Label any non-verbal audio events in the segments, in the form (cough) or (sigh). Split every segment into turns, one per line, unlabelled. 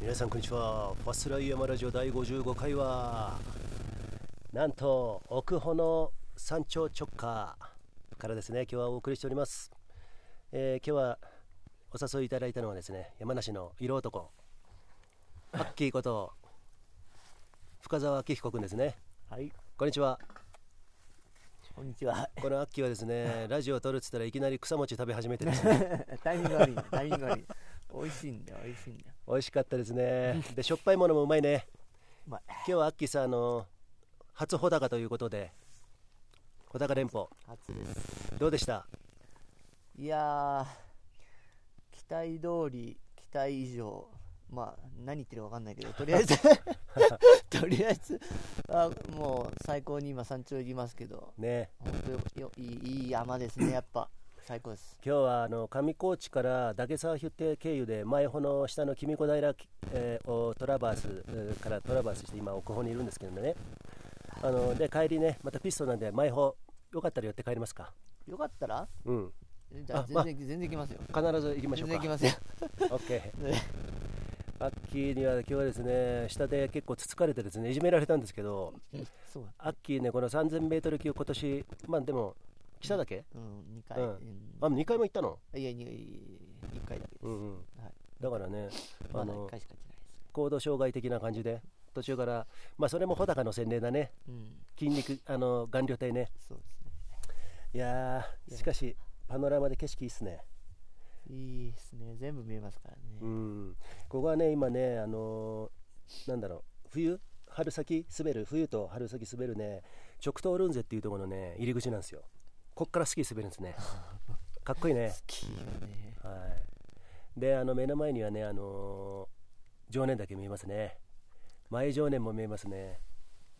皆さんこんにちはファスライヤマラジオ第55回はなんと奥穂の山頂直下からですね今日はお送りしております、えー今日はお誘いいただいたのはですね山梨の色男アッキーこと深澤明彦くんですね
はい、
こんにちは
こんにちは。
このアッキーはですねラジオを撮るっつったらいきなり草餅食べ始めてですね
(laughs) タイミング悪いね、タイミング悪いね。美味しいんだよ、美味しいんだよ。
美味しかったですねでしょっぱいものもうまいね
うまい。
今日はアッキーさんあの初穂高ということで穂高連峰
初です。
どうでした
いやー、期待通り、期待以上。まあ、何言ってるか分かんないけど、とりあえ (laughs) ず、とりあえず、あもう最高に今、山頂行きますけど、
ね
本当よよいいいい山ですね、やっぱ。最高です。
今日はあの上高地から岳沢ヒュッテ経由で前穂の下の君子平、えーをトラバースえーからトラバースして今奥穂にいるんですけどねあので帰りねまたピストなんで前穂よかったら寄って帰りますか
よかったら
うん
えじゃあ、
あ
全
まあ
然、全然行きますよ。
必ず行きましょ
全
う
然行き
か
ます (laughs) よ。
オッケー
ね
アッキーには今日はですね下で結構つつかれてですねいじめられたんですけど
そう。
アッキーねこの 3000m 級今年まあでも来ただけ
うん、二回。
う
うんん
あ、2回も行ったの
いやいやいやいや一回だけです、
うんうん
はい、
だからねあ
まだ一
の
回しかやってないです
行動障害的な感じで途中からまあそれも穂高の洗礼だね
うん
筋肉あの顔料体ね
そうですね
いや
い
ー
や
しかしパノラマで景色いいっすね
いいですね全部見えますからね、
うんここはね今ねあのーなんだろう冬春先滑る冬と春先滑るね直東ルンゼっていうところのね入り口なんですよこっからスキー滑るんです (laughs) ねかっこいいね
スキーがね
はい、であの目の前にはね、あのー常念だけ見えますね前常念も見えますね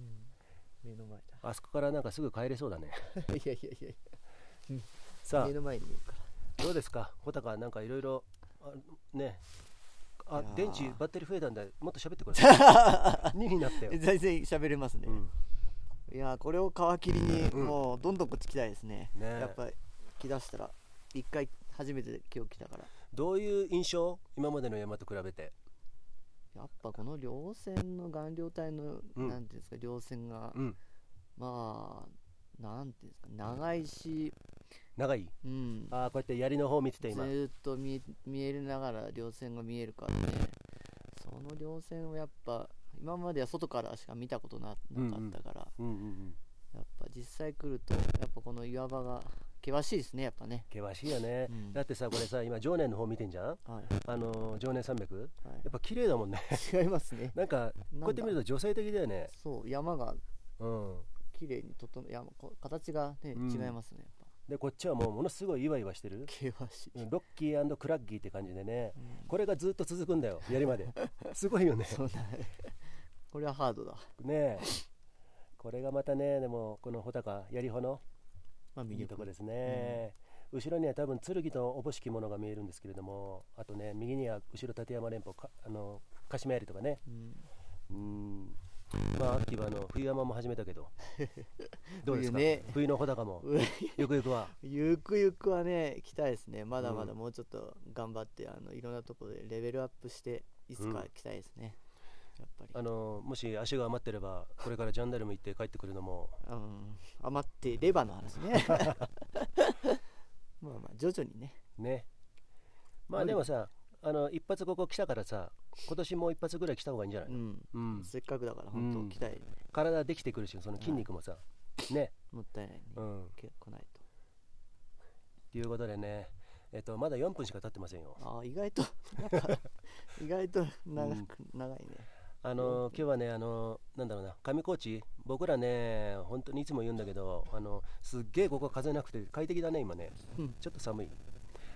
うん目の前
あそこからなんかすぐ帰れそうだね (laughs)
だ (laughs) いやいやいやいや
さ
目の前にいるから
あどうですか穂高なんかいろいろあねあ
いやー
電池バッテリー増えたんでもっと喋ってくだ
(laughs)
さい2になったよ、
え (laughs) 全然喋れますね、
うん、
いやこれを皮切りに
うん
もうどんどんこっち来たいですね、
ねえ
やっぱり来だしたら一回初めて今日来たから
どういう印象今までの山と比べて
やっぱこの稜線の顔料体の、
うん
なんていうんですか稜線が、
うん
まあなんていうんですか長いし
長い
うん
ああこうやって槍の方見てて
ず
今
ーっと見え見えながら稜線が見えるからねその稜線をやっぱ今までは外からしか見たことななかったから、
うんうんうん
やっぱ実際来るとやっぱこの岩場が険しいですねやっぱね
険しいよね、
うん
だってさこれさ今常念の方見てんじゃん
はい、
あのー常念山脈やっ
は
ぱ綺麗だもん (laughs) ね
い、違いますね
なんか
なんだ
こうやって見ると女性的だよね。
そう山が
うん。
綺麗に整え山こ形がね、
うん
違いますねやっぱ
でこっちはもうものすごいイワイワしてる。
険しい、
うんロッキークラッギーって感じでね。
うん
これがずっと続くんだよ。やりまで。 (laughs) すごいよね。
そうだねこれはハードだ、
ねえ。これがまたねでもこの穂高槍穂の
まあ、
いいとこ
で
ですね。後ろには多分剣とおぼしきものが見えるんですけれども、あとね右には後ろ立山連峰かあの鹿島槍とかね。
うん、
うん。まあ秋はあの冬山も始めたけ
(laughs)
ど。どうですか。
冬ね
冬の穂高もゆくゆくは。
ゆくゆくはね来たいですねまだまだもうちょっと頑張って、あのいろんなところでレベルアップしていつか来たいですね、やっぱ
あ
り
のもし足が余ってればこれからジャンダルム行って帰ってくるのも
うん余ってレバーの話
(laughs)
ねまあまあ徐々にね
ねまあ
無理
でもさあの一発ここ来たからさ今年もう一発ぐらい来た方がいいんじゃない、
うん、
うん、
せっかくだから
う
本
ん
当来たい、
体できてくるしその筋肉もさ、ね
もったいないね、
うん
け来ないと
ということでねえっとまだ4分しか経ってませんよ
ああ意外となん
(laughs)
か意外と長く、長いね
あの今日はねあのなんだろうな上高地僕らね本当にいつも言うんだけどあのすっげえここ風なくて快適だね今ね
うん
ちょっと寒い
だい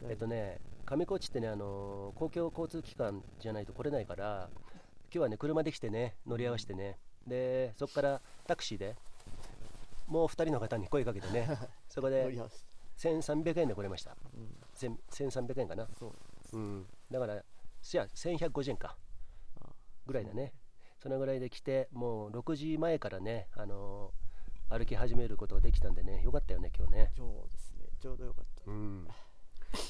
ぶ
えっとね、上高地ってね、あのー公共交通機関じゃないと来れないから、今日はね、車で来てね、乗り合わせてね、でそこからタクシーで、もう2人の方に声かけて
(laughs)
ね、そこ
乗り
で
合わせ
1300円で来れました、
うん
1000 1300円かな、
そう
うん、だから、じゃあ1150円か
あ
ぐらいだね、そのぐらいで来て、もう6時前からね、あのー歩き始めることができたんでね、よかったよね、今日ね。
そうですねちょうどよかった
うん、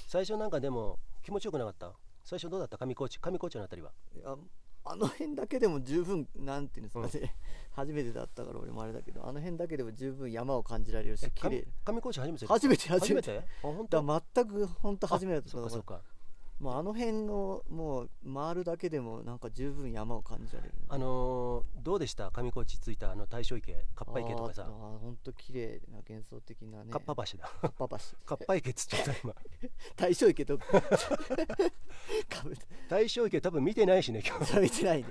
最初なんかでも気持ちよくなかった最初どうだった上高地上高地のあたりは
ああの辺だけでも十分なんていうんですかね、初めてだったから俺もあれだけどあの辺だけでも十分山を感じられるし綺麗
上高地初めて
初めて初
初
め
め
て
てあ本
だ
当
から全く本当初めてだった
そうか
か
そ
ら
うか
もうあの辺のもう回るだけでもなんか十分山を感じられる
あのーどうでした上高地着いたあの大正池かっぱ池とか
あ
さ
ーあーほんと綺麗な幻想的なね
かっぱ橋だ (laughs)
かっぱ橋
かっぱ池っつっちゃった今
大正池とかぶって
大正池多分見てないしね今日
食べてないね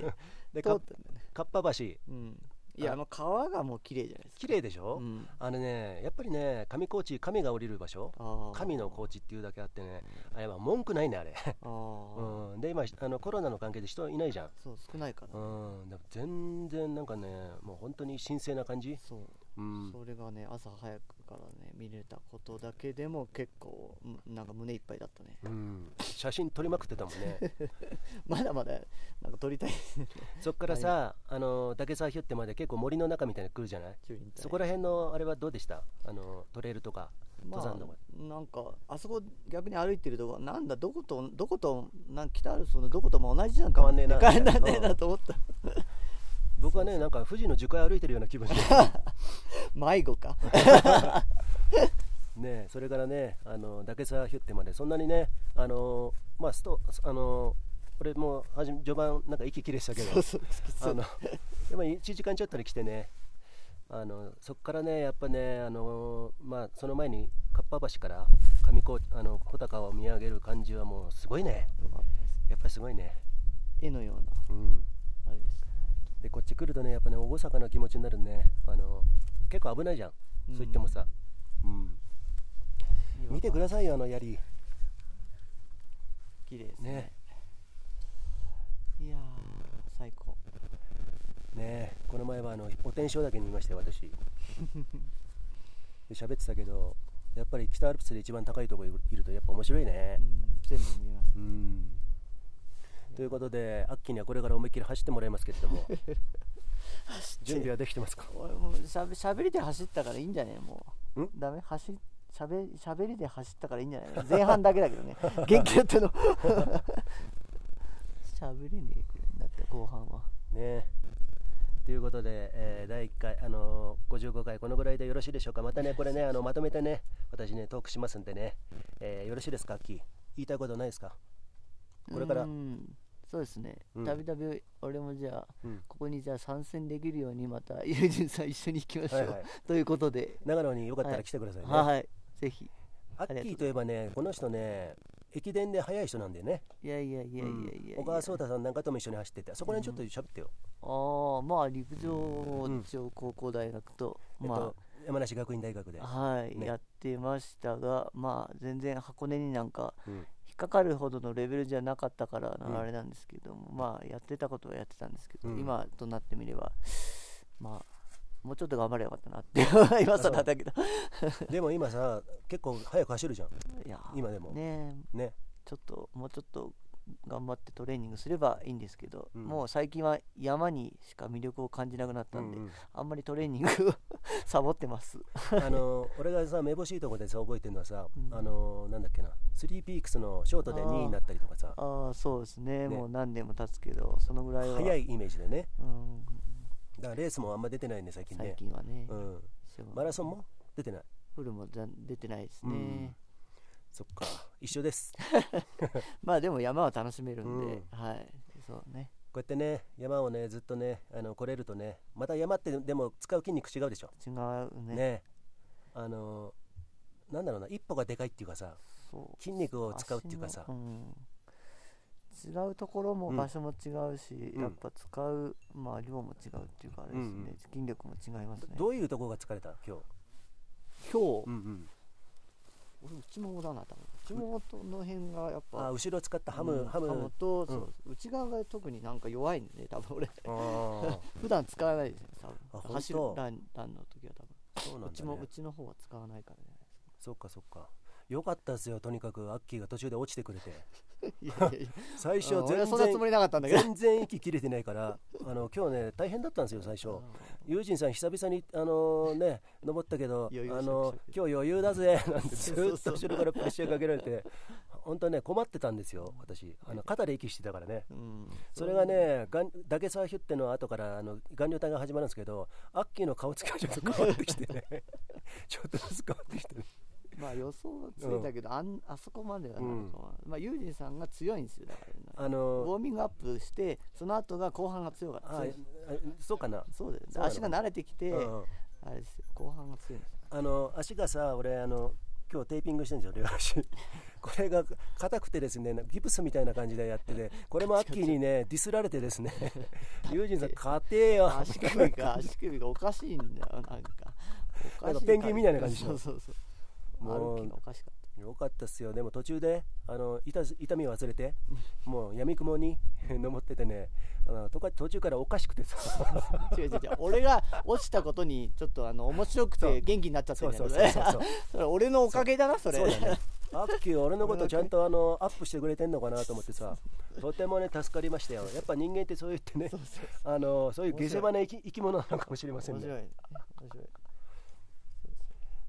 で
通
か
った
っ
んだね
かっぱ橋綺
うんいやあの川がもう綺麗じゃないですか
麗でしょ、
うん
あのねやっぱりね上高地神が降りる場所
あー
神の高地っていうだけあってねあれは文句ないねあれ、
あー
(laughs) うん、で今あのコロナの関係で人いないじゃん
そう少ないから、
うん、でも全然なんかねもう本当に神聖な感じ、
そう、
うん、
それがね朝早くからね見れたことだけでも結構うんなんか胸いっぱいだったね (laughs)
うん、写真撮りまくってたもんね (laughs)
まだまだなんか撮りたい
そっからさ、あの竹沢ヒュッテまで結構森の中みたいに来るじゃない
急に
そこら辺のあれはどうでしたあのトレイルとか登山とか、
なんかあそこ逆に歩いてるとこなんだどことどことなん北アルプスのどことも同じじゃん
変わんねえな
変わんねえ
う
なんと思った
僕はねなんか富士の樹海歩いてるような気分で
迷
(laughs)
子か
ねそれからねあの竹沢ヒュッテまでそんなにねあのまあストあの俺もはじめ序盤なんか息切れしたけど
そうそうそ
あ
う
のでも1時間ちょっとで来てねあのそこからねやっぱねあの、まあ、その前にかっぱ橋から上高あの穂高を見上げる感じはもうすごいね
よかったです
やっぱりすごいね、
絵のような
うん、
あれです
でこっち来るとねやっぱね厳かな気持ちになるねあの結構危ないじゃん、
うん
そう言ってもさ、うん、見てく
い
ださいよあの槍
綺麗ですね
ね
いやー最高
ねこの前はあのお天正岳にいましたよ私で喋ってたけどやっぱり北アルプスで一番高いところにいるとやっぱ面白いね
う、ん全部見えます
うんということで、アッキーにはこれから思いっきり走ってもらいますけれども、準備はできてますか
俺もうしゃべしゃべりで走ったからいいんじゃねえもうんダメ走しゃべしゃべりで走ったからいいんじゃない前半だけだけど
(laughs)
ね元気だったのしゃべれねえくらいになった後半は
ねということで、えー第1回、あのー55回、このぐらいでよろしいでしょうか、またね、これね、あのまとめてね、私ね、トークしますんでね、えーよろしいですか、アッキー、言いたいことないですか、これから
うんそうですね
うん
たびたび俺もじゃあ、
うん
ここにじゃあ参戦できるようにまた友人さん一緒に行きましょう、
はいはい
ということで
長野によかったら来てくださいね。
はいぜひ
アッキーといえばね、この人ね、駅伝で速い人なんでね、
いやいやいやいやいやいや、
うん小川颯太さんなんかとも一緒に走ってて、そこら辺ちょっと喋ってよ、
ああまあ陸上
うん
一応高校大学と、
えっ
まあ、
と、山梨学院大学で。
はい、
ね
やってましたが、まあ、全然箱根になんか
うん
引っかかるほどのレベルじゃなかったから
うん
なあれなんですけども、まあやってたことはやってたんですけど、
うん
今となってみればまあもうちょっと頑張ればよかったなって (laughs) 今更だけど
でも今さ結構早く走るじゃん
いやー
今でも
ねえ
ね
ちょっともうちょっと頑張ってトレーニングすればいいんですけど、
うん
もう最近は山にしか魅力を感じなくなったんで、
うんうん
あんまりトレーニングを (laughs) サボっ
(laughs)
てます
あの俺がさめぼしいとこでさ覚えてるのはさ、
うん
あのなんだっけなスリーピークスのショートで
あー
2位になったりとかさ
ああそうですね
ね
もう何年も経つけどそのぐらいは
早いイメージでね
うん
だからレースもあんま出てないね最近
最
ね
近はね、
うん、
そう
マラソンも出てない
フルもざん出てないです
う
ね
ん、そっか一緒ですこ
まあでも山は楽しめるんで、
うん
はいそうね
うやってね山をねずっとねあの来れるとねまた山ってでも使う筋肉違うでしょ
違うね
ねあのなんだろうな一歩がでかいっていうかさ
そう
筋肉を使うっていうかさ
足のうん、違うところも
うん
場所も違うし、
ん
やっぱ使う、まあ、量も違うっていうかあれですね、
うんうん
筋力も違いますね
どういうとこが疲れた今日、
今日、
うんうん
俺内ももだな多分内ももとの辺がやっぱ
あ後ろ使ったハム、
うん
ハム
と、
ん
そう内側が特になんか弱いんでね多分俺
あー
普段使わないですね多分
あ本当
走るランランの時は多分
そうなん
うち
だ、
も
ね、
うちの方は使わないからね
そっかそっかよかったですよとにかくアッキーが途中で落ちてくれて (laughs)
いやいやいや
最初
うん俺
全
はそんなつも
然
りなかったんだけど
全然息切れてないからあの今日ね大変だったんですよ最初友人さん久々にあのね登ったけど
余裕
あの
し
今日余裕だぜなんて
そ
ず
う
っ
そうそ
と後
う
ろからプレッシャーかけられて本当にね困ってたんですよ私あの肩で息してたからね
うん、
それがねがんダゲサーヒュッテの後からあの顔料体が始まるんですけどアッキーの顔つきがちょっと変わってきてね
(laughs)
ちょっとずつ変わってきてね
まあ予想はついたけど、あんあそこまではな
うん
まあユージンさんが強いんですよだから、
あ
ウ
の
ォーミングアップしてその後が後半が強かった
ああそうかな、
そうだよね
そうなの
足が慣れてきて、
うん
あれですよ後半が強いんですよ
あの足がさ俺あの今日テーピングしてるんですよ両
(laughs)
足これが硬くてですねギプスみたいな感じでやっててこれもアッキーにねディスられてです
(laughs)
ね友人さん勝てよ
足首が足首がおかしいんだよなんかお
なんかペンギンみたいな感じでしょ
そうそうそう
もう
歩きのおかしかっ
(laughs) よかったっすよでも途中であの痛す痛みを忘れてもう闇雲に (laughs) 登っててねあのとか途中からおかしくてさ
た違う違う違う俺が落ちたことにちょっとあの面白く
そう
て元気になっちゃって
そ
るん
う
だ
そ
よ
うそうそう
ね
そう
それ (laughs) 俺のおかげだなそれ
そうだ
(laughs)
ねアッキーは俺のことちゃんとあのアップしてくれてんのかなと思ってさとてもね助かりましたよやっぱ人間ってそう言ってねあのそういう下世話な生き生き物なのかもしれません
面
ね
白いね面白い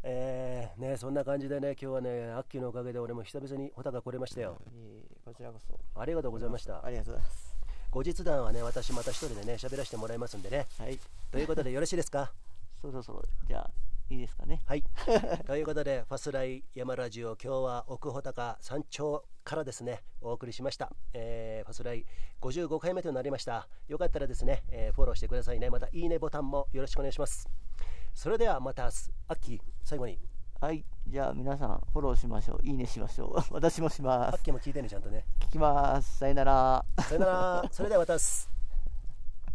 えーね、そんな感じでね、今日はね、アッキーのおかげで俺も久々にホタが来れましたよ。
いえいえこちらこそ
ありがとうございました
あ。りがとうございます
後日談はね、私また一人でね、喋らせてもらいますんでね。
はい
ということでよろしいですか
そろそろじゃあいいですかね
はい。 (laughs) ということで、ファスライ山ラジオ、今日は奥穂高山頂からですね、お送りしました。えーファスライ55回目となりました。よかったらですね、えーフォローしてくださいね。また、いいねボタンもよろしくお願いします。それではまた明日、アッキー、最後に、
はいじゃあ皆さんフォローしましょういいねしましょう (laughs) 私もしま
ア
す
ッキーも聞いてね、ちゃんとね。
聞きますさよなら
(laughs) さよなら。それではまた明日。